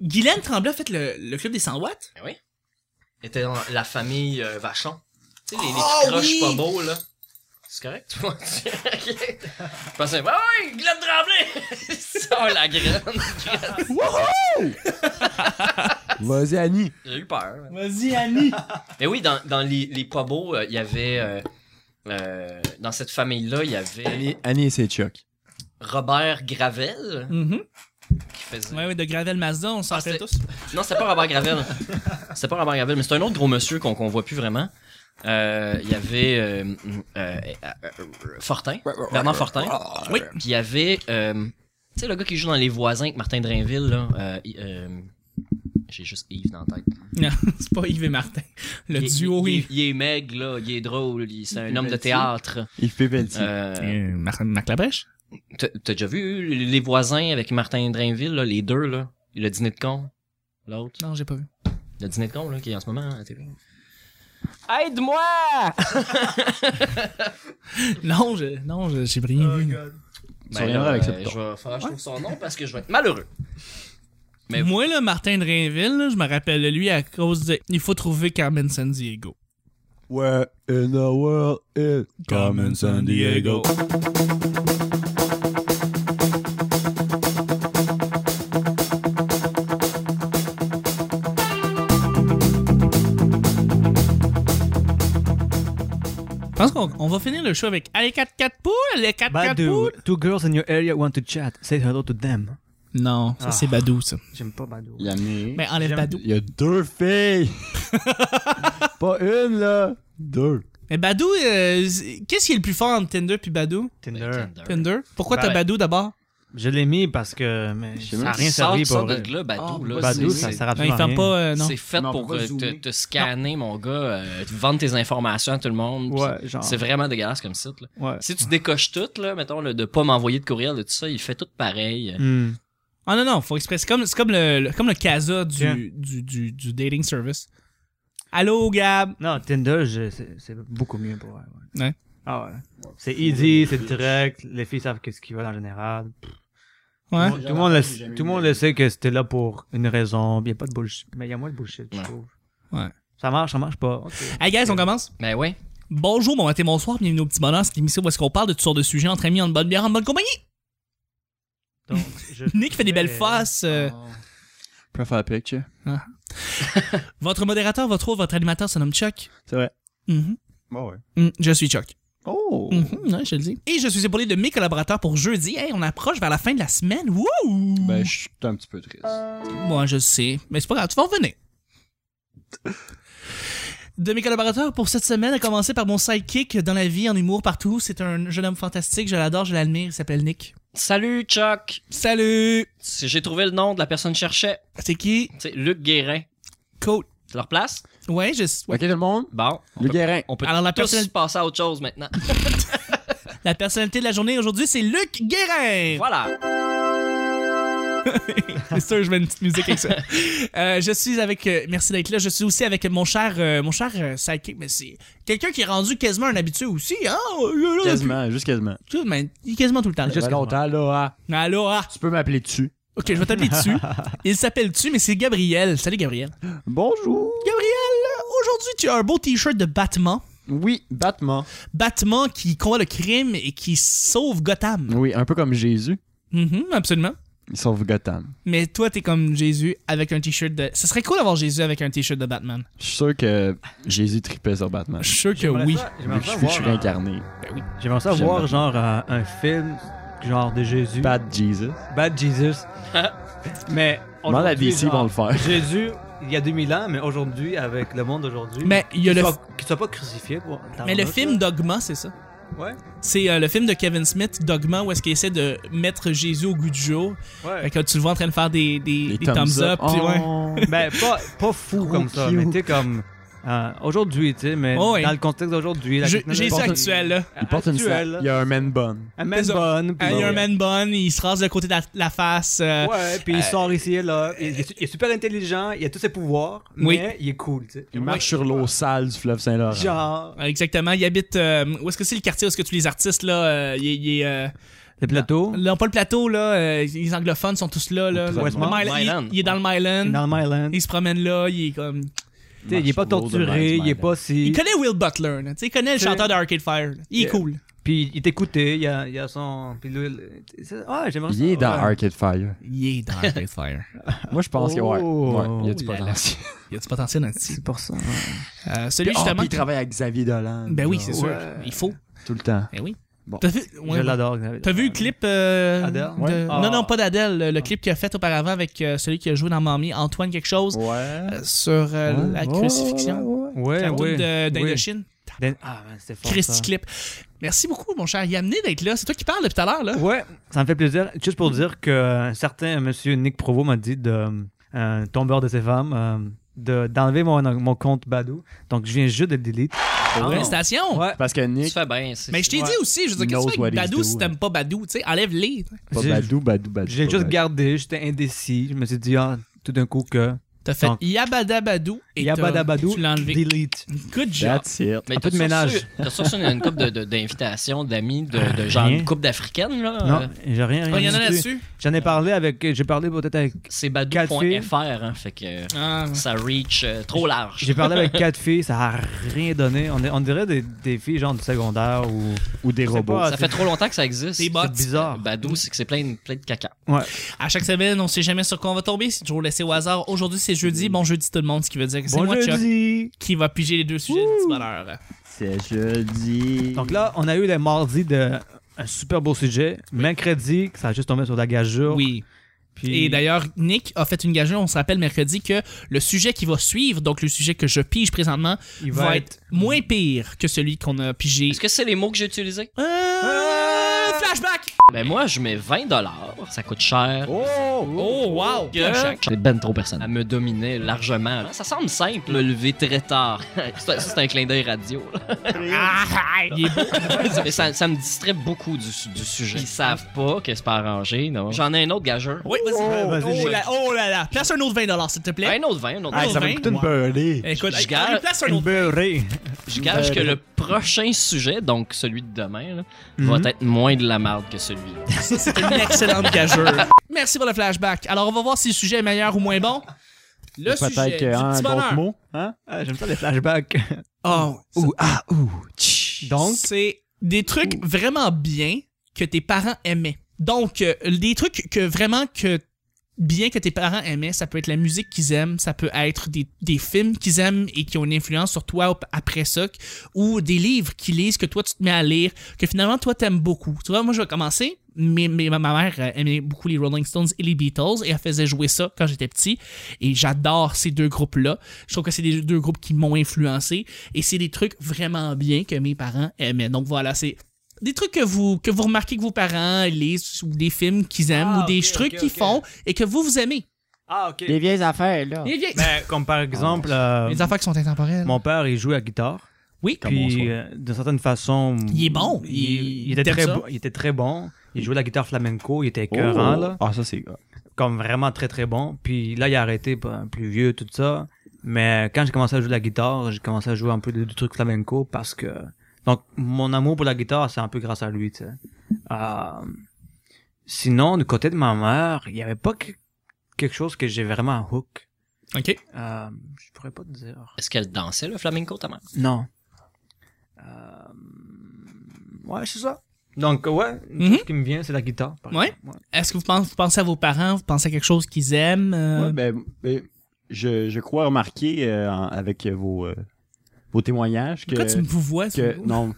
Guylaine Tremblay a fait le, le club des 100 watts. Ben oui. Était dans la famille euh, Vachon. Tu sais, les, les Oh, petits croches oui! pas beaux, là. Ah C'est correct, toi? Ok. Je pensais, bah oui, Glenn Tremblay! Sors la graine. Vas-y, Annie. J'ai eu peur. Vas-y, Annie. Mais oui, dans, dans les, les probos, euh, il y avait. euh, euh, dans cette famille-là, il y avait Annie, Annie et ses Chuck. Robert Gravel Mhm. qui faisait. Ouais, ouais, de Gravel Mazda, on s'en Ah, rappelle c'est- tous. Non, c'est pas Robert Gravel. C'est pas Robert Gravel, mais c'est un autre gros monsieur qu'on qu'on voit plus vraiment. Euh, Il y avait euh, euh, euh, euh, Fortin, Bernard Fortin. Ah. Oui. Puis il y avait, euh, tu sais, le gars qui joue dans Les Voisins avec Martin Drainville, là. euh, il- euh, j'ai juste Yves dans la tête. Non, c'est pas Yves et Martin. Le Il- duo il, Yves. il, il est maigre, là. Il est drôle. il- C'est un Il homme de fait théâtre. Il fait Pelletier. Euh, Euh, Mar- Marc Labrèche? T'as t'as déjà vu Les Voisins avec Martin Drainville, là, les deux, là? Le dîner de con, l'autre. Non, j'ai pas vu. Le dîner de con, là, qui est en ce moment à la télé. Non, je, non, je- j'ai rien vu. Tu reviendras avec cette euh, Je vais falloir que je trouve son nom parce que je vais être malheureux. Mais- Moi, là, Martin Drainville, là, je me rappelle de lui à cause de Il faut trouver Carmen San Diego. Where in the world is Carmen San Diego? Je pense qu'on on va finir le show avec Allez 4 4 poules, les 4 4 Badou, poules. two girls in your area want to chat. Say hello to them. Non, ça Ah. c'est Badou ça. J'aime pas Badou. Il y a amené. Mais enlève J'aime- Ben, Badou. Il y a deux filles. Pas une, là. Deux. Mais Badou, euh, c'est- qu'est-ce qui est le plus fort entre Tinder puis Badou? Ben, Tinder. Tinder. Pourquoi t'as Ben, Badou d'abord? Je l'ai mis parce que mais Je sais ça n'a même rien servi pour vrai. de là, Badou, Oh, Ah, là. Badou, c'est- ça c'est- sert Non, il absolument à ferme rien. pas, euh, non. C'est fait Mais on peut pour pas euh, te, zoomer. te scanner, mon gars, euh, te vendre tes informations à tout le monde. puis Ouais, genre. C'est vraiment dégueulasse comme site. Là. Ouais. Si tu décoches tout, là, mettons, là, de pas m'envoyer de courriel, de tout ça, il fait tout pareil. Hmm. Ah non, non, faut exprès. C'est comme, c'est comme le, le- comme le Casa du, Tiens. du, du, du dating service. Allô, Gab? Non, Tinder, je- c'est c'est beaucoup mieux pour vrai. Ouais. Ouais. Ah ouais. C'est easy, c'est direct. Les filles savent qu'est-ce qu'ils veulent en général. Ouais. Tout, le monde le, sait- tout le monde le sait que c'était là pour une raison. Il n'y a pas de bullshit. Mais il y a moins de bullshit, je Ouais. trouve. Ouais. Ça marche, ça marche pas. Ok. Hey guys, on commence. Ben ouais. Bonjour, bon matin, bonsoir, bienvenue au petit bonheur, c'est l'émission où est-ce qu'on parle de toutes sortes de sujets entre amis, en bonne bière, en bonne compagnie. Donc, je- Nick fait des belles Ouais. faces. euh, Profile picture. Votre modérateur, votre hôte, votre animateur se nomme Chuck. C'est vrai. Mhm. Oh, ouais. Mm, je suis Chuck. Oh. Mhm, ouais, je le dis. Et je suis épaulé de mes collaborateurs pour jeudi. Hey, on approche vers la fin de la semaine. Wouh! Ben, je suis un petit peu triste. Moi, je le sais. Mais c'est pas grave, tu vas revenir. De mes collaborateurs pour cette semaine, à commencer par mon sidekick dans la vie, en humour partout. C'est un jeune homme fantastique, je l'adore, je l'admire, il s'appelle Nick. Salut, Chuck. Salut! C'est- J'ai trouvé le nom de la personne que je cherchais. C'est qui? C'est Luc Guérin. Cool. C'est leur place? Ouais, je... ouais. Ok, tout le monde. Bon. On Le peut Guérin. on peut Alors, la tous personne- passer à autre chose maintenant. La personnalité de la journée aujourd'hui, c'est Luc Guérin! voilà. C'est sûr, je mets une petite musique avec ça. Euh, je suis avec... euh, merci d'être là. Je suis aussi avec mon cher... euh, mon cher euh, sidekick, mais c'est... Quelqu'un qui est rendu quasiment un habitué aussi, hein? Quasiment, juste quasiment. Tout, mais il est quasiment tout le temps là. Juste longtemps, là. hein. Allô, ah! Tu peux m'appeler dessus. Ok, je vais t'appeler dessus. Il s'appelle tu, mais c'est Gabriel. Salut Gabriel. Bonjour. Gabriel, aujourd'hui tu as un beau t-shirt de Batman. Oui, Batman. Batman qui combat le crime et qui sauve Gotham. Oui, un peu comme Jésus. Mhm, absolument. Il sauve Gotham. Mais toi, t'es comme Jésus avec un t-shirt de. Ce serait cool d'avoir Jésus avec un t-shirt de Batman. Je suis sûr que Jésus tripait sur Batman. Je suis sûr que J'aimerais oui. ça- Vu j'aimerais que je ça suis voir un- réincarné. J'aimerais ça J'aime voir Batman. genre un, un film genre de Jésus. Bad Jesus. Bad Jesus. mais Demande à aujourd'hui, DC, ils genre, vont le faire. Jésus, il y a 2000 ans, mais aujourd'hui, avec le monde d'aujourd'hui, Mais il y a qu'il le. soit, qu'il soit pas crucifié. Pour, Mais le film Dogma, c'est ça. Ouais, C'est euh, le film de Kevin Smith, Dogma, où est-ce qu'il essaie de mettre Jésus au goût du jour. Fait ouais. que tu le vois en train de faire des, des, Les des thumbs up. puis ouais. Oh. ben, pas, pas fou comme ça, cute. mais t'es comme. euh, aujourd'hui, tu sais, mais Oh, ouais. dans le contexte d'aujourd'hui. la Je- technologie- Jésus porte une- actuel, là. Il porte une Actuel, salle. là. Il y a un man bun. Un man C'est ça. bun, puis- Ah, il y a un man bun, il se rase le côté de la, la face. euh, Ouais, puis il sort ici et là. Il, il est- il est super intelligent, il a tous ses pouvoirs, Oui. mais il est cool, tu sais. Il marche sur l'eau sale du fleuve Saint-Laurent. Genre. Exactement. Il habite. euh, où est-ce que c'est le quartier où est-ce que tous les artistes, là, euh, il est. il est, euh, Le plateau. Là, pas le plateau, là. euh, les anglophones sont tous là. là. Le Westmont. Mile- Myland. Il, il est dans le Myland. Dans le Myland. Il se promène là. Il est comme. Tu sais, Il est pas Marche au road de torturé, Miles il est Myland. pas si. Il connaît Will Butler. là. Tu sais, il connaît le C'est- chanteur d'Arcade Fire. là. Il est Yeah. cool. Puis il t'écoutait, il y a, il y a son. Puis lui, le- c'est- ah, j'aimerais Il est dans ouais. Arcade Fire. Il est dans Arcade Fire. Moi, je pense que, ouais. Oh. ouais, Il y a du Oh là là. potentiel. Il y a du potentiel dans le style. C'est pour ça. ouais. Euh, Celui, Ah, justement. puis il travaille avec Xavier Dolan. Ben oui, genre, c'est sûr. Ouais. Il faut. Tout le temps. Ben oui. Bon. T'as vu, ouais, Je l'adore. Xavier t'as vu le Dolan. clip euh, Adele? de- Ouais. Non, non, Ah. pas d'Adèle. Le, clip qu'il a fait auparavant avec euh, celui qui a joué dans Mamie, Antoine quelque chose, Ouais. euh, sur euh, Ouais. la Ouais, crucifixion. ouais, ouais. Ouais, La toune ouais. de- ouais. d'Indochine. Dan- Ah, man, c'était fort. Christy ça. Clip. Merci beaucoup, mon cher Yamné, d'être là. C'est toi qui parles depuis tout à l'heure, là. Ouais, ça me fait plaisir. Juste pour dire que un certain euh, monsieur Nick Provo m'a dit de euh, un tombeur de ses femmes euh, de- d'enlever mon, mon compte Badou. Donc je viens juste de le delete. Félicitations! Ouais. Parce que Ah, Tu Nick, fais bien. c'est- Mais je t'ai ouais. dit aussi, je veux dire, qu'est-ce que tu Knows fais avec what he's Badou si doing. t'aimes pas Badou? Tu sais, enlève-les. pas J'ai- Badou, Badou, Badou. J'ai pas juste Badou. gardé, j'étais indécis. Je me suis dit ah, tout d'un coup que T'as fait Donc, Yabada Badou et Yabada t'as- Badou tu l'as enlevé. delete. Good job. That's it. Mais Un peu t'as de ménage. reçu- T'as reçu une, une couple de- de- d'invitations d'amis, de, Ah, de genre Rien. une couple d'africaines, là. Non, Euh, j'ai rien, rien Oh, Il y en a reçu. là-dessus? J'en ai parlé avec j'ai parlé peut-être avec C'est Quatre filles. badou.fr, hein. Fait que euh, Ah, ouais. ça reach euh, trop large. j'ai parlé avec quatre filles, ça a rien donné. On, est- on dirait des, des filles genre du secondaire ou Ou des Je sais robots. pas. Ça fait trop longtemps que ça existe. Des bots. c'est bizarre. Badou, c'est que c'est plein, de- plein de caca. Ouais. À chaque semaine, on sait jamais sur quoi on va tomber. C'est toujours laissé au hasard. Aujourd'hui, c'est jeudi. Bon jeudi, tout le monde, ce qui veut dire que c'est Bon moi, Chuck, jeudi. qui va piger les deux sujets du petit bonheur. C'est jeudi. Donc là, on a eu le mardi de un super beau sujet. Mercredi, que ça a juste tombé sur la gageure. Oui. Puis- Et d'ailleurs, Nick a fait une gageure. On se rappelle mercredi que le sujet qui va suivre, donc le sujet que je pige présentement, Il va, va être... moins pire que celui qu'on a pigé. Est-ce que c'est les mots que j'ai utilisés? Euh, Flashback! Ben moi, je mets 20 Ça coûte cher. Oh, wow! C'est ben trop personne. Elle me dominait largement. Ça semble simple, me lever très tard. ça, c'est un clin d'œil radio. Ah, ah, il est beau. Mais ça, ça me distrait beaucoup du, su- du sujet. Ils savent pas que c'est pas arrangé, non. J'en ai un autre gageur. Oui, vas-y. Ouais, vas-y, Oh, Nick. là, oh là là. Place un autre 20$, s'il te plaît. Un autre 20, un autre Ah, 20. ça va Vin, me coûter une ouais. beurrée. Écoute, je hey, gare- allez, place un Une autre. beurrée. Je gage que le prochain sujet, donc celui de demain, là, va être moins de la marde que celui. Ça, c'est une excellente gageure. Merci pour le flashback. Alors, on va voir si le sujet est meilleur ou moins bon. Le sujet du Peut-être qu'un petit bonheur. autre mot. Hein? Ah, J'aime ça les flashbacks. Oh, Ouh, ah, ouh. Donc, c'est des trucs vraiment bien que tes parents aimaient. Donc, euh, des trucs que vraiment que bien que tes parents aimaient, ça peut être la musique qu'ils aiment, ça peut être des, des films qu'ils aiment et qui ont une influence sur toi op- après ça, ou des livres qu'ils lisent que toi tu te mets à lire, que finalement toi t'aimes beaucoup. Tu vois, moi je vais commencer, mais, mais ma ma mère euh, aimait beaucoup les Rolling Stones et les Beatles et elle faisait jouer ça quand j'étais petit et j'adore ces deux groupes-là. Je trouve que c'est des deux groupes qui m'ont influencé et c'est des trucs vraiment bien que mes parents aimaient. Donc voilà, c'est des trucs que vous que vous remarquez que vos parents lisent ou des films qu'ils aiment Ah, ou des ok, trucs ok, qu'ils ok. font et que vous vous aimez. ah ok. Les vieilles affaires, là. Les vieilles- Ben, comme par exemple, euh, Ah. les affaires qui sont intemporelles. mon père il joue à la guitare. Oui. Puis euh, d'une certaine façon, Il est bon. Il, Il- il était t'aimes très ça? bon. Il était très bon. Il jouait la guitare flamenco. Il était Oh. écœurant là. Ah, ça, c'est. comme vraiment très très bon. Puis là, il a arrêté, ben, plus vieux, tout ça. Mais quand j'ai commencé à jouer de la guitare, j'ai commencé à jouer un peu de, de trucs flamenco parce que. Donc, mon amour pour la guitare, c'est un peu grâce à lui, tu sais. Euh, Sinon, du côté de ma mère, il n'y avait pas que- quelque chose que j'ai vraiment un hook. OK. Euh, je pourrais pas te dire. Est-ce qu'elle dansait le flamenco, ta mère? Non. Euh, Ouais, c'est ça. Donc, ouais, Mhm. ce qui me vient, c'est la guitare. par Ouais. exemple. Est-ce que vous pensez, vous pensez à vos parents, vous pensez à quelque chose qu'ils aiment euh, Ouais, ben, ben, je, je crois remarquer euh, en- avec vos, euh, vos témoignages que. Pourquoi tu me vous vois tu que me vois? non.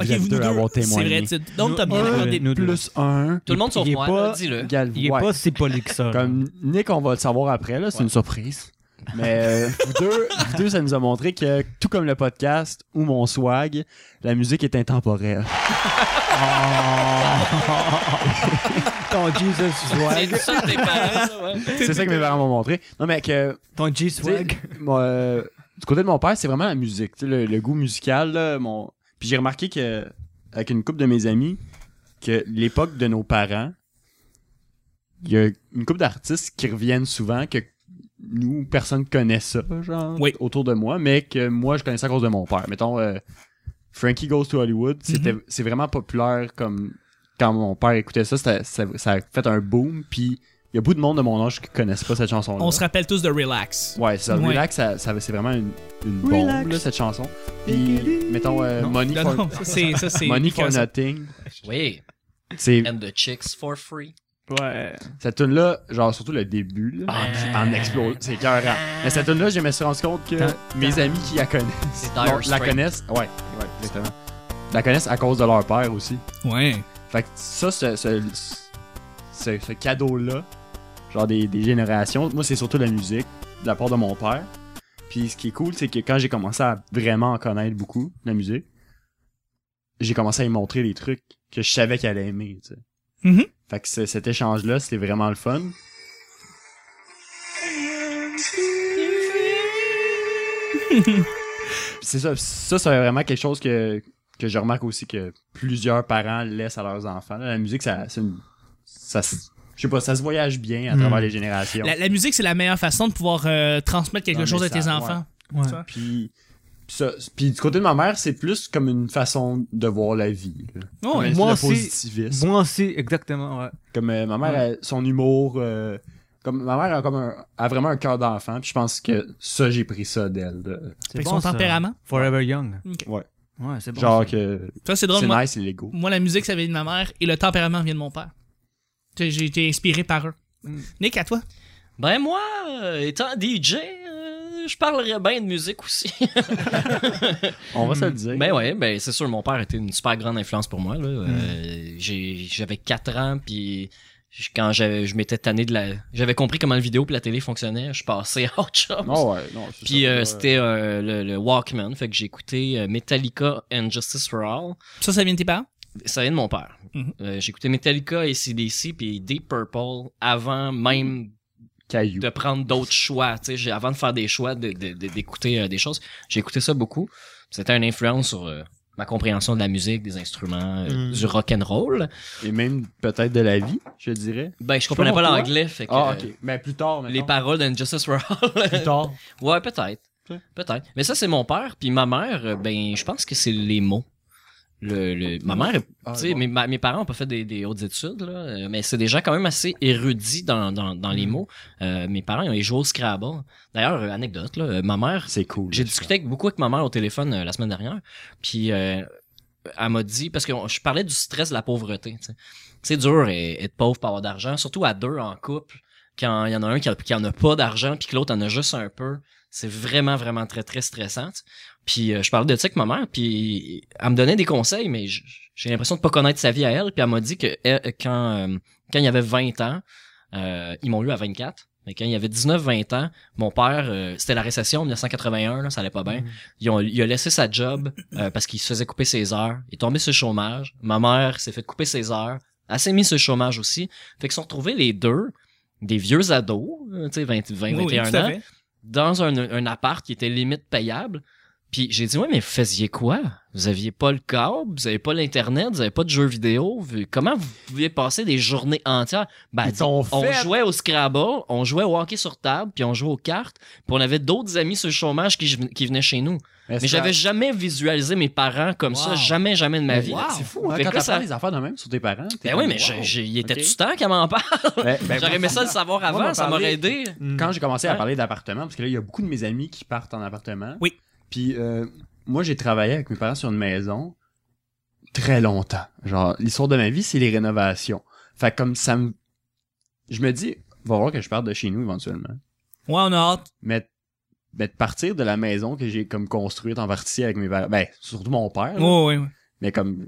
Ok, les vous deux nous avoir deux, c'est vrai. témoigné. tu- Donc t'as Nous- bien nous- demandé. nous- deux. Plus un. Tout le monde sauf il est moi, pas- là, dis-le. Galvois. Il est pas si poli que ça. là. Comme Nick, on va le savoir après, là, c'est Ouais. une surprise. Mais euh, vous, deux, vous deux, ça nous a montré que, tout comme le podcast ou mon swag, la musique est intemporelle. Ton Jesus swag. C'est ça, tes parents, ça, ouais. C'est ça que mes parents m'ont montré. Non, mais que, Ton G tu sais, swag. moi, euh, du côté de mon père, c'est vraiment la musique, tu sais, le, le goût musical. Là, mon... Puis j'ai remarqué que, avec une couple de mes amis, que l'époque de nos parents, il y a une couple d'artistes qui reviennent souvent que nous, personne connaît ça, genre, Oui. autour de moi, mais que moi, je connaissais à Mhm. cause de mon père. Mettons, euh, Frankie Goes to Hollywood, c'était- c'est vraiment populaire comme quand mon père écoutait ça, c'était- ça, ça a fait un boom. Puis il y a beaucoup de monde de mon âge qui connaissent pas cette chanson-là. On se rappelle tous de Relax. Ouais, c'est ça. Ouais. Relax, ça, ça- c'est vraiment une, une Relax. bombe, là, cette chanson. Puis, mettons, euh, Money, Non, for, non, ça, c'est ça, c'est. Money for Picasso. Nothing. Oui. C'est And the chicks for free. Ouais. cette tune-là, genre surtout le début, là, Ah, puis en explose, c'est écœurant. Mais cette tune-là, je me suis rendu compte que mes amis qui la connaissent, C'est Dire non, la Straits. connaissent, ouais, ouais, exactement, la connaissent à cause de leur père aussi. Ouais. Fait que ça, ce, ce, ce- ce cadeau-là, genre des, des générations, moi c'est surtout la musique de la part de mon père. Puis ce qui est cool, c'est que quand j'ai commencé à vraiment en connaître beaucoup la musique, j'ai commencé à lui montrer des trucs que je savais qu'elle allait aimer. Tu sais. Mhm. Fait que ce- cet échange-là, c'est vraiment le fun. c'est ça, ça c'est vraiment quelque chose que, que je remarque aussi que plusieurs parents laissent à leurs enfants. La musique, ça, c'est une- ça, se- je sais pas, ça se voyage bien à Mm. travers les générations. La, la musique, c'est la meilleure façon de pouvoir euh, transmettre quelque Un chose à tes message, enfants. Ouais. Ça. Puis, ça, puis du côté de ma mère, c'est plus comme une façon de voir la vie. là. Oh, Comme ouais. un- Moi le aussi, positivisme. Moi aussi, exactement, ouais. Comme euh, ma mère, Ouais. elle- son humour. euh, comme ma mère a, comme un- a vraiment un cœur d'enfant. Puis je pense que ça, j'ai pris ça d'elle. là. Fait que son tempérament. Forever Young. Ok. Ouais. Ouais, c'est bon. Genre ça. que Ça, c'est drôle. c'est Moi, nice, c'est l'ego. moi, la musique, ça vient de ma mère et le tempérament vient de mon père. J'ai j'ai été inspiré par eux. Nick, à toi. Ben moi, euh, étant DJ, euh, je parlerais bien de musique aussi. On va se le dire. Ben ouais, ben c'est sûr, mon père était une super grande influence pour moi. là. Mm. Euh, j'ai- J'avais 4 ans, puis je- quand j'avais- je m'étais tanné de la... J'avais compris comment la vidéo puis la télé fonctionnait, je passais à autre chose. Oh, Non, Ah ouais, non, c'est Ah, Puis ça, euh, ouais. c'était euh, le, le Walkman, fait que j'ai écouté euh, Metallica and Justice for All. Ça, ça vient de tes parents? Ça vient de mon père. Mm-hmm. Mhm. Euh, j'ai écouté Metallica et CDC puis Deep Purple avant même Caillou. de prendre d'autres choix. Tu sais, j'ai- avant de faire des choix, de- de- de- d'écouter euh, des choses, j'ai écouté ça beaucoup. C'était une influence sur euh, ma compréhension de la musique, des instruments, euh, Mm. du rock and roll. Et même peut-être de la vie, je dirais. Ben, je comprenais pas Selon toi? l'anglais, fait que Ah, euh, ok. Mais plus tard, les maintenant. paroles d'Injustice for Plus All. tard. ouais, peut-être. Ouais. Peut-être. Mais ça, c'est mon père, puis ma mère, euh, ben, je pense que c'est les mots. Le, le- ma mère, Ah, tu sais, bon. mes, ma- mes parents ont pas fait des, des hautes études, là, euh, mais c'est des gens quand même assez érudits dans, dans, dans Mm. les mots. Euh, mes parents, ils ont joué au Scrabble. D'ailleurs, euh, anecdote, là, euh, ma mère, C'est cool. J'ai ça. discuté avec- beaucoup avec ma mère au téléphone euh, la semaine dernière. Puis euh, elle m'a dit, parce que on- je parlais du stress de la pauvreté. tu sais. C'est dur et- être pauvre, pas avoir d'argent, surtout à deux en couple, quand il y en a un qui, a- qui en a pas d'argent, puis que l'autre en a juste un peu. C'est vraiment, vraiment très, très stressant. tu sais. Puis euh, je parlais de ça avec ma mère, puis elle me donnait des conseils, mais j- j'ai l'impression de pas connaître sa vie à elle. Puis elle m'a dit que elle- quand, euh, quand il y avait 20 ans, euh, ils m'ont eu à 24. Mais quand il y avait 19-20 ans, mon père, euh, c'était la récession en 1981, là, ça allait pas Ben, bien. Ils ont- il a laissé sa job euh, parce qu'il se faisait couper ses heures. Il est tombé sur le chômage. Ma mère s'est fait couper ses heures. Elle s'est mise sur le chômage aussi. Fait qu'ils se sont retrouvés les deux, des vieux ados, euh, tu sais, 20, 20 Oui, 21 tout à ans, fait. dans un, un appart qui était limite payable. Puis j'ai dit, ouais, mais vous faisiez quoi? Vous aviez pas le câble, vous avez pas l'Internet, vous avez pas de jeux vidéo. vous- Comment vous pouviez passer des journées entières? Ben, Ils t'ont on fait. jouait au Scrabble, on jouait au hockey sur table, puis on jouait aux cartes, puis on avait d'autres amis sur le chômage qui, qui venaient chez nous. Mais j'avais jamais visualisé mes parents comme ça, Wow. jamais, jamais de ma vie. C'est fou, hein, Fait quand que là, t'apprends ça- les affaires de même sur tes parents. t'es Ben oui, comme, mais j'ai- wow. j'ai- il était Ok. tout temps qu'elle m'en parle. Ben, ben, J'aurais aimé ça le savoir Moi, avant, m'en ça m'aurait aidé. parler- Mm. quand j'ai commencé à Ouais. parler d'appartement, parce que là, il y a beaucoup de mes amis qui partent en appartement. Oui. Puis euh, moi, j'ai travaillé avec mes parents sur une maison très longtemps. Genre, l'histoire de ma vie, c'est les rénovations. Fait que comme ça me... Je me dis, va voir que je parte de chez nous éventuellement. Ouais, on a hâte. Mais, mais de partir de la maison que j'ai comme construite en partie avec mes parents, ben, surtout mon père, là. Ouais, ouais, ouais. mais comme...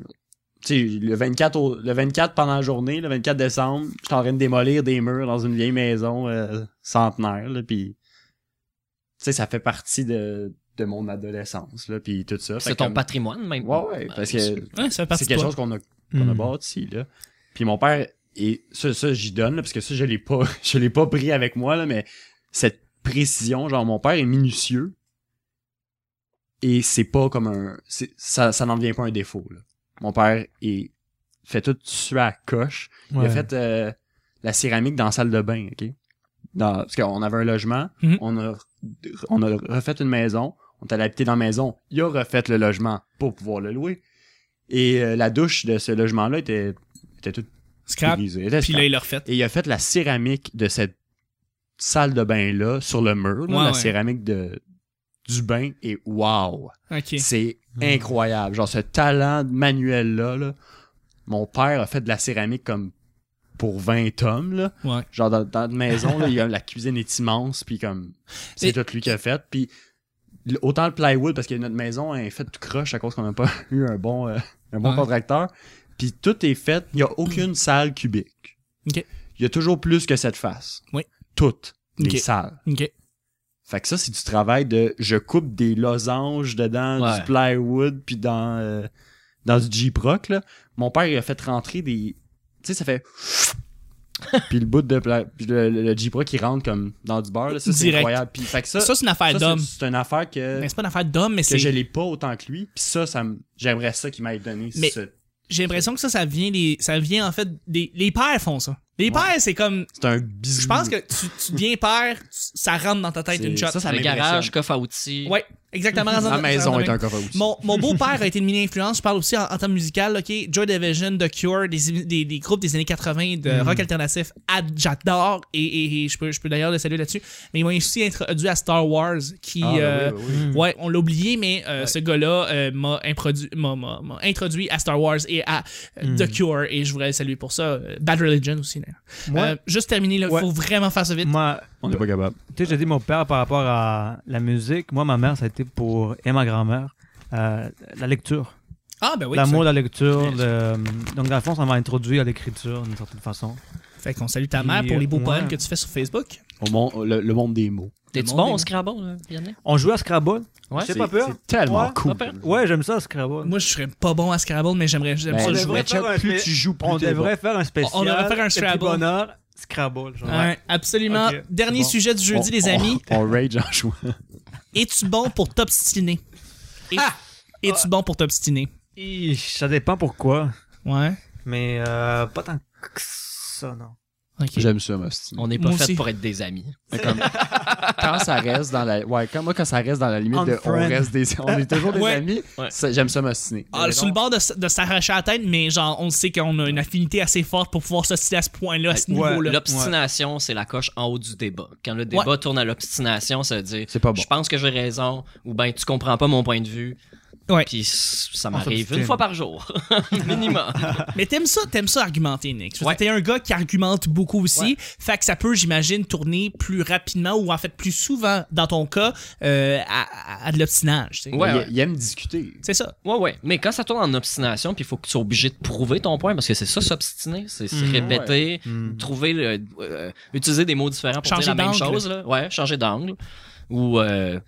Tu sais, le 24, au- le 24 pendant la journée, le 24 décembre, je suis en train de démolir des murs dans une vieille maison euh, centenaire, là, puis... Tu sais, ça fait partie de, de mon adolescence, là, puis tout ça. Fait C'est ton comme- patrimoine, même. Ben, Ouais, ouais, parce que c'est Ouais, ça fait partie de quelque toi. chose qu'on a, Mm. qu'on a Hmm. bâti, là. Puis mon père, et ça, ça j'y donne, là, parce que ça, je l'ai pas, je l'ai pas pris avec moi, là, mais cette précision, genre, mon père est minutieux, et c'est pas comme un... c'est- Ça, ça n'en devient pas un défaut, là. Mon père est, fait tout suer à la coche. Il a fait euh, la céramique dans la salle de bain, OK? Dans- parce qu'on avait un logement, Mhm. on, a, on a refait une maison, on est allé habiter dans la maison, il a refait le logement pour pouvoir le louer. Et euh, la douche de ce logement-là était, était était tout Scrap. brisé. Elle était Puis scrap. là, il l'a refait. Et il a fait la céramique de cette salle de bain-là sur le mur, là, Ouais, la ouais. céramique de, du bain, et wow! Ok. C'est incroyable. Genre, ce talent manuel-là, là, mon père a fait de la céramique comme pour 20 hommes, là. Ouais. Genre, dans, dans une maison, là, il y a- la cuisine est immense, puis comme, c'est Et- tout lui qui a fait, puis l- autant le plywood, parce que notre maison est faite tout croche à cause qu'on n'a pas eu un bon, euh, un bon Ouais. contracteur, puis tout est fait, il n'y a aucune salle cubique. Ok. Il y a toujours plus que cette face. Oui. Toutes les Ok. salles. Ok. Fait que ça, c'est du travail de je coupe des losanges dedans Ouais. du plywood puis dans, euh, dans du G-Proc. là. Mon père, il a fait rentrer des. Tu sais, ça fait. puis le bout de. pla- Puis le, le, le G-Proc, il rentre comme dans du beurre. là. Ça, c'est Direct. incroyable. Puis, fait que ça, Ça, c'est une affaire ça, d'homme. c'est c'est une affaire que, Mais c'est pas une affaire d'homme, mais que c'est. je l'ai pas autant que lui. Puis ça, ça me- j'aimerais ça qu'il m'ait donné. Mais- ce- J'ai l'impression que ça, ça vient des. Ça vient en fait des. Les pères font ça. Les pères, c'est comme. C'est un bisou. Je pense que tu, tu deviens père, tu- ça rentre dans ta tête C'est- une shot. ça, ça le m'impressionne. garage, coffre à outils. Ouais, exactement. Ça La rentre- ça maison rentre est dans- un coffre aussi. Mon, mon beau-père a été une mini-influence. Je parle aussi en, en termes musical. OK? Joy Division, The Cure, des, des, des groupes des années 80 Mm. de rock alternatif. ad- J'adore. Et, et- et je peux, je peux d'ailleurs le saluer là-dessus. Mais ils m'ont aussi introduit à Star Wars, qui... Ah, ben oui, euh, ben oui. Hmm. Ouais, on l'a oublié, mais euh, ce gars-là euh, m'a introduit, m'a- m'a- m'a introduit à Star Wars et à euh, Hmm. The Cure, et je voudrais le saluer pour ça. Euh, Bad Religion aussi. d'ailleurs. Moi- Euh, juste terminer, il Ouais. faut vraiment faire ça vite. Moi, On n'est pas capable. Tu sais, j'ai dit mon père par rapport à la musique. Moi, ma mère, ça a été pour, et ma grand-mère, euh, la lecture. Ah, ben oui. L'amour de la lecture. le- Donc, dans le fond, ça m'a introduit à l'écriture d'une certaine façon. ça. Fait qu'on salue ta mère Puis, pour les beaux ouais. poèmes que tu fais sur Facebook. Au monde- le, le monde des mots. T'es-tu Le bon monde au est- Scrabble, là, hein, Yannick? On jouait à Scrabble. Ouais. J'ai C'est pas peur. c'est tellement Ouais, cool. pas peur. Ouais, j'aime ça, Scrabble. Moi, je serais pas bon à Scrabble, mais j'aimerais j'aime Ben, ça on le devrait jouer. Mais Chuck, plus tu joues, plus on t'es devrait faire un spécial. On devrait faire un le plus Scrabble. bonheur, Scrabble. genre. Ouais, absolument. Ok, c'est Dernier bon. sujet du jeudi, On- les on- amis. On, rage en jouant. Es-tu bon pour t'obstiner? Et- Es-tu bon pour t'obstiner? Hi, Ça dépend pourquoi, Ouais. mais euh, pas tant que ça, non. Ok. J'aime ça, Mostin. On n'est pas Moi fait aussi. pour être des amis. Quand ça reste dans la. Ouais, quand, moi, quand ça reste dans la limite On de on friend. reste des. On est toujours des Ouais. amis, Ouais. ça- j'aime ça, Mostiner. Ah, sur le bord de, s- de s'arracher la tête, mais genre, on sait qu'on a une affinité assez forte pour pouvoir s'obstiner à ce point-là, à ce Ouais. niveau-là. L'obstination, c'est la coche en haut du débat. Quand le débat tourne à l'obstination, ça veut dire C'est pas bon. je pense que j'ai raison ou ben tu comprends pas mon point de vue. Ouais. Puis c- ça m'arrive s'obstine. une fois par jour, minimum. Mais t'aimes ça, t'aimes ça argumenter, Nick. Je veux Ouais. dire, T'es un gars qui argumente beaucoup aussi, fait que ça peut, j'imagine, tourner plus rapidement ou en fait plus souvent, dans ton cas, euh, à, à- à de l'obstinage. tu sais. Ouais, il, ouais. il aime discuter. C'est ça. Ouais, ouais. Mais quand ça tourne en obstination, puis il faut que tu sois obligé de prouver ton point, parce que c'est ça, s'obstiner, c'est se Mhm. répéter, Hmm. trouver, le- euh, utiliser des mots différents pour Changer dire la même d'angle. chose, là. Ouais, changer d'angle. Ou, euh,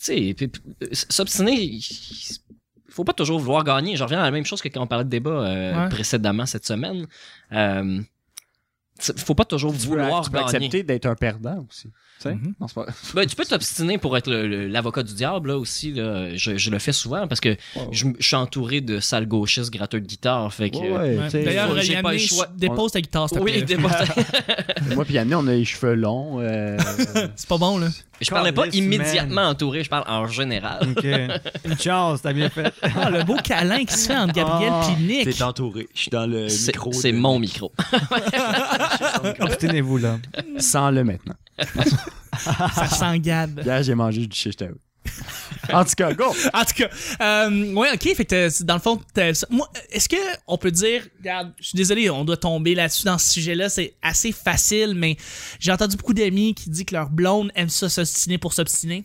tu sais, puis- puis, euh, s'obstiner, il- il faut pas toujours vouloir gagner. Je reviens à la même chose que quand on parlait de débat euh, Ouais. précédemment cette semaine. Euh, tu- faut pas toujours Tu peux, vouloir tu peux gagner. accepter d'être un perdant aussi. Tu sais? Mhm. Non, c'est pas- Ben, tu peux t'obstiner pour être le- le- l'avocat du diable là, aussi. Là. Je, je le fais souvent parce que Wow. je, m- je suis entouré de sales gauchistes gratteurs de guitare. Fait que, euh, Ouais. tu sais, D'ailleurs, j'ai pas le Yannick, choix. dépose ta guitare, s'il te Oui, plaît. des fois- euh, Moi, puis Yannick, on a les cheveux longs. euh, C'est pas bon, là. je parlais pas Calisse, immédiatement entouré, je parle en général. Ok. Une chance, t'as bien fait. Ah, le beau câlin qui se fait entre Gabriel Ah, puis Nick. entouré. Je suis dans le C'est micro. c'est de- mon Euh, micro. Obstinez-vous, là. Sans le maintenant. Ça s'engade. Là, j'ai mangé du shit En tout cas, go! En tout cas, euh, ouais, ok. Fait que euh, c'est- dans le fond, t'as- ça- moi, est-ce que on peut dire, regarde, je suis désolé, on doit tomber là-dessus dans ce sujet-là, c'est assez facile, mais j'ai entendu beaucoup d'amis qui disent que leur blonde aime ça s'obstiner pour s'obstiner.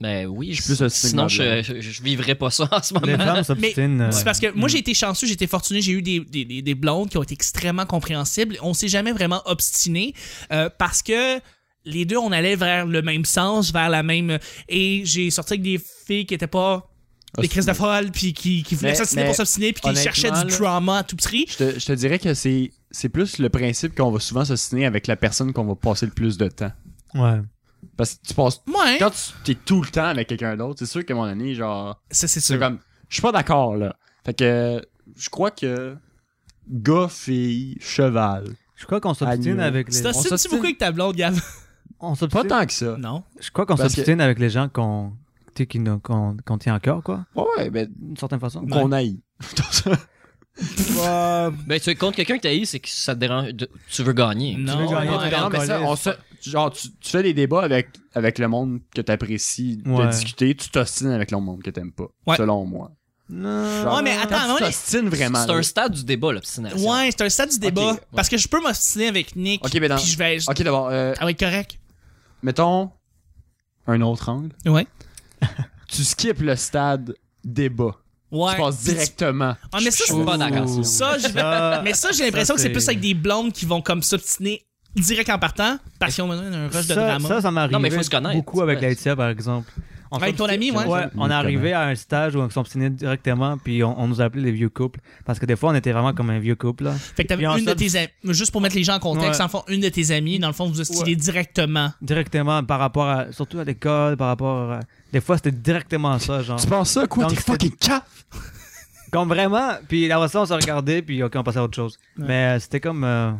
Ben oui, je- suis plus obstiné sinon que ma je, je, je vivrais pas ça en ce moment. Les femmes Mais s'obstinent. euh, c'est parce que moi j'ai été chanceux, j'ai été fortuné, j'ai eu des, des, des- des blondes qui ont été extrêmement compréhensibles. On s'est jamais vraiment obstiné euh, parce que les deux on allait vers le même sens, vers la même. Et j'ai sorti avec des filles qui étaient pas des crises de folle, puis qui, qui voulaient Ah, Mais- s'obstiner mais pour s'obstiner, puis qui honnêtement, cherchaient du là- drama à tout prix. Je te, je te dirais que c'est c'est plus le principe qu'on va souvent s'assiner avec la personne qu'on va passer le plus de temps. Ouais. Parce que tu passes. Ouais, Quand tu es tout le temps avec quelqu'un d'autre, c'est sûr que mon ami, genre. ça c'est C'est sûr. comme. Je suis pas d'accord, là. Fait que. Je crois que. Gars, fille, cheval. Je crois qu'on s'obstine Agneau. avec les. C'est on aussi s'obstine- beaucoup avec ta blonde, Gab. On Pas s'obstine. tant que ça. Non. Je crois qu'on Parce que- s'obstine avec les gens qu'on tu sais, qui nous- qu'on qu'on tient à cœur, quoi. Ouais, ouais, ben. D'une certaine façon. Qu'on aille. Ouais, Ben, tu comptes quelqu'un que t'as eu, c'est que ça te dérange. de- Tu veux gagner. Non, veux gagner, non, tu non. Non, mais ça, on se- genre, tu, tu fais des débats avec, avec le monde que t'apprécies de Ouais. discuter, tu t'ostines avec le monde que t'aimes pas, Ouais. selon moi. Non. Genre, Ouais, mais attends, quand on tu est- t'ostines C'est vraiment. là. un stade du débat, l'obstination. Ouais, c'est un stade du débat. ouais. Parce que je peux m'obstiner avec Nick. Ok, mais dans- Puis je vais. Ok, d'abord, euh, Ça va être correct. mettons un autre angle. Ouais. Tu skippes le stade débat. Ouais. Tu passes directement. Ah, mais ça, Je c'est suis pas d'accord. Ouh. Ça, ça. je vais- Ça- Mais ça, j'ai l'impression Ça, que c'est plus c'est- avec des blondes qui vont comme s'obstiner direct en partant parce qu'ils ont besoin d'un rush de Ça, drama. ça, ça m'arrive Non, mais faut se connaître, beaucoup avec ouais. la ITIA, par exemple. On Avec ton s'obstinait- ami, ouais. On est arrivé à un stage où on s'obstinait directement, puis on, on nous appelait les vieux couples. Parce que des fois, on était vraiment comme un vieux couple. Là. Fait que t'avais Puis en une de somme- tes amies, juste pour mettre les gens en contexte, Ouais. en fond, une de tes amies, dans le fond, vous ostinez Ouais. directement. Directement, par rapport à. Surtout à l'école, par rapport à. Des fois, c'était directement ça, genre. Tu penses ça, quoi? Donc, T'es c'était- fucking caf! Comme vraiment. Puis la ça, on se regardait, puis OK, on passait à autre chose. Ouais. Mais euh, c'était comme. euh,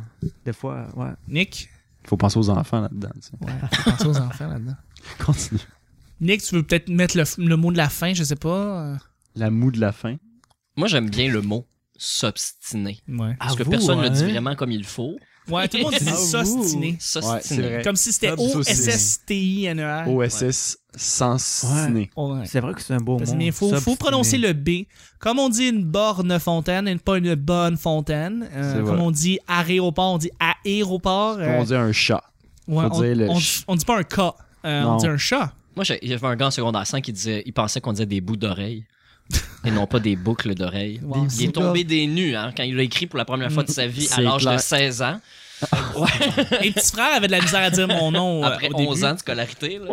des fois, ouais. Nick, Faut penser aux enfants là-dedans. tu sais. pensez aux enfants là-dedans. Continue. Nick, tu veux peut-être mettre le, le mot de la fin, je sais pas. euh, La moue de la fin. Moi, j'aime bien le mot s'obstiner. Ouais. Parce que vous, personne ne le dit hein? vraiment comme il faut. Ouais, tout le monde dit Ah, vous. s'ostiner. Ouais, c'est S'obstiner. vrai. Comme si c'était Obstiner. O-S-S-T-I-N-E-R. OSS sans ciné. Ouais. C'est vrai que c'est un beau Parce que, mot. mais il faut, faut s'obstiner. prononcer le B. Comme on dit une borne fontaine et pas une bonne fontaine. euh, C'est vrai. comme on dit aéroport, on dit aéroport. euh, On dit un chat. ouais, faut dire le on, ch- on dit pas un cas, euh, on Non. dit un chat. Moi, j'ai- j'avais un gars en secondaire 5 qui disait, il pensait qu'on disait des bouts d'oreilles et non pas des boucles d'oreilles. Wow. Il est tombé des nues hein, quand il a écrit pour la première fois de sa vie à C'est l'âge de clair. 16 ans. Et petit frère avait de la misère à dire mon nom euh, Après au 11 début. ans de scolarité. Là.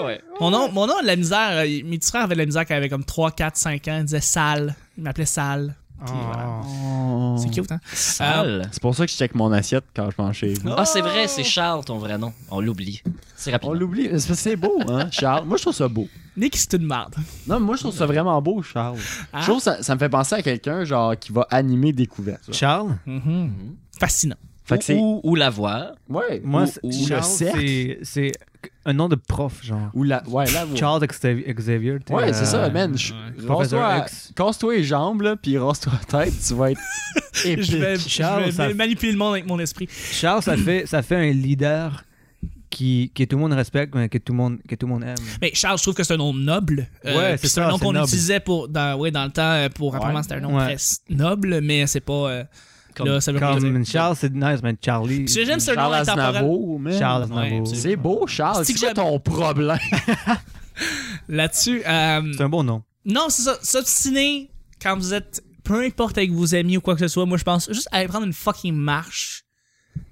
Ouais, ouais. Mon nom, mon nom a de la misère. euh, Mes petits frères avaient de la misère quand ils avaient comme 3, 4, 5 ans. Ils disaient sale. Ils m'appelaient sale. Puis Ah. voilà. Oh. C'est cute, hein? Sale. C'est pour ça que je check mon assiette quand je mange chez vous. Ah, c'est vrai, c'est Charles ton vrai nom. On l'oublie. C'est On rapide. l'oublie. mais C'est parce que c'est beau, hein, Charles. Moi, je trouve ça beau. Nick, c'est une merde. Non, mais moi, je trouve ça vraiment beau, Charles. Ah. Je trouve ça, ça me fait penser à quelqu'un, genre, qui va animer Découverte. Charles, Fascinant. Fait que c'est. Ou, ou la voix. Ouais. moi, ou- c'est- ou le Charles, cercle. c'est- c'est un nom de prof, genre. Ou la. Ouais, la voix. Charles Xavier. Xavier, t'es, Ouais, euh, c'est ça, man. Je- Professeur Rase-toi X. casse-toi les jambes, là, puis rase-toi la tête, tu vas être épique. Je vais, je Charles, vais ça- manipuler le monde avec mon esprit. Charles, ça fait, ça fait un leader qui, que tout le monde respecte, mais que tout le monde, que tout le monde aime. Mais Charles, je trouve que c'est un nom noble. Euh, Ouais, puis c'est c'est un ça, nom c'est qu'on noble. utilisait pour, dans, ouais, dans le temps euh, pour apparemment c'était un nom Ouais. très s- noble, mais c'est pas. euh, Comme- là, ça veut pas dire. Comme Charles, c'est nice, mais Charlie. Ce que j'aime, c'est un nom Charles intemporel. Aznavour, man. Charles Ouais, Aznavour. absolument. C'est beau, Charles. C'est C'est que quoi j'aime- ton problème? Là-dessus, euh, C'est un bon nom. non, c'est ça. S'obstiner quand vous êtes, peu importe avec vos amis ou quoi que ce soit, moi je pense juste aller prendre une fucking marche,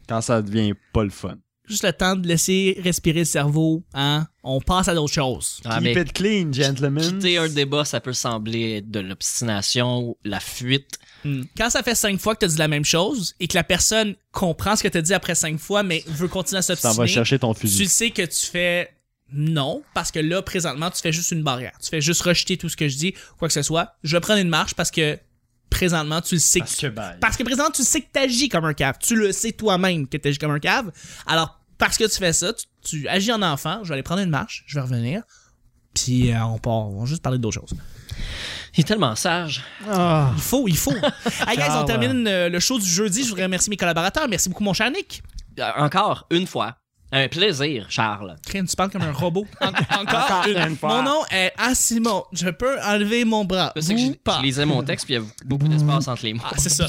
Quand ça devient pas le fun. juste le temps de laisser respirer le cerveau, hein. On passe à d'autres choses. Ah, mais Keep it clean, gentlemen. quitter un débat, ça peut sembler être de l'obstination, la fuite. Hmm. Mm. Quand ça fait cinq fois que t'as dit la même chose et que la personne comprend ce que t'as dit après cinq fois, mais veut continuer à T'en vas s'obstiner. chercher ton tu fusil. sais que tu fais non, parce que là, présentement, tu fais juste une barrière. Tu fais juste rejeter tout ce que je dis, quoi que ce soit. Je vais prendre une marche parce que présentement, tu le sais. que- Parce que présentement, tu sais que t'agis comme un cave. Tu le sais toi-même que t'agis comme un cave. Alors, parce que tu fais ça, tu, tu agis en enfant. Je vais aller prendre une marche, je vais revenir. Puis euh, on part, on va juste parler d'autres choses. Il est tellement sage. Ah. Il faut, il faut. hey guys, on Ciao. termine euh, le show du jeudi. Je voudrais remercier mes collaborateurs. Merci beaucoup, mon cher Nick. Euh, Encore une fois. Un plaisir, Charles. Crime, tu parles comme un robot. En- encore une. Mon nom est Asimo. Je peux enlever mon bras. Je sais que Vous je, pas. je lisais mon texte, puis il y a beaucoup d'espace entre les mots. Ah, c'est ça.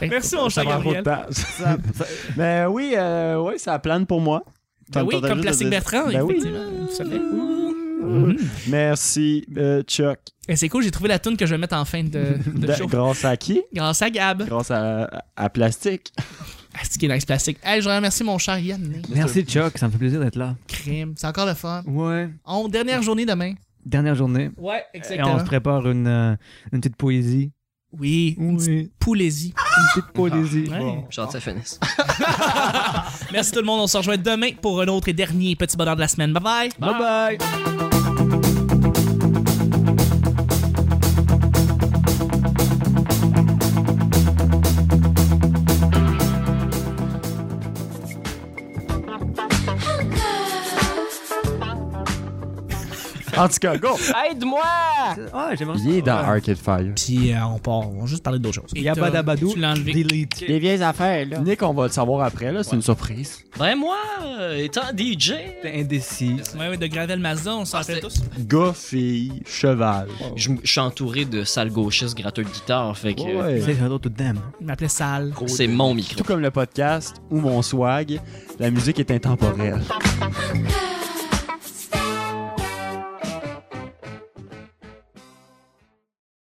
Merci, mon cher Ça prend pas de Gabriel. temps. Mais oui, euh, ouais, ça plane pour moi. Ben oui, T'entendais comme juste Plastique de dire- Bertrand, Ben oui. effectivement. Ça fait- Merci, euh, Chuck. Et c'est cool, j'ai trouvé la tune que je vais mettre en fin de, de Da- show. grâce à qui? Grâce à Gab. Grâce à, à Plastique. Ah, c'est qui est nice plastique. Hey, je remercie mon cher Yann. Merci Chuck, ça me fait plaisir d'être là. Crime, c'est encore le fun. Ouais. On, dernière journée demain. Dernière journée. Ouais, Et on se prépare une, euh, une petite poésie. Oui, une petite Oui. poulésie. Une petite poésie. Ouais. Bon. J'ai hâte que ça finisse. Merci tout le monde, on se rejoint demain pour un autre et dernier petit bonheur de la semaine. Bye bye. Bye bye. En tout cas, go! Aide-moi! Ouais, j'aimerais ça. Il est dans Arcade Fire. Puis euh, on part, on va juste parler d'autre chose. Et t'as- Yabadabadou, Tu l'as enlevé. delete. Les vieilles affaires, là. Nick, on va le savoir après, là. C'est une surprise. Ben moi, euh, étant DJ, T'es indécis. Ouais, ouais, de Gravel Mazda, on s'en Ah, fait c'est- tous. Gars, fille, cheval. je m- je suis entouré de sales gauchistes gratteurs de guitare, fait que euh, Ouais. C'est un autre dame. Il m'appelait Sal. c'est mon micro. Tout comme le podcast ou mon swag, la musique est intemporelle.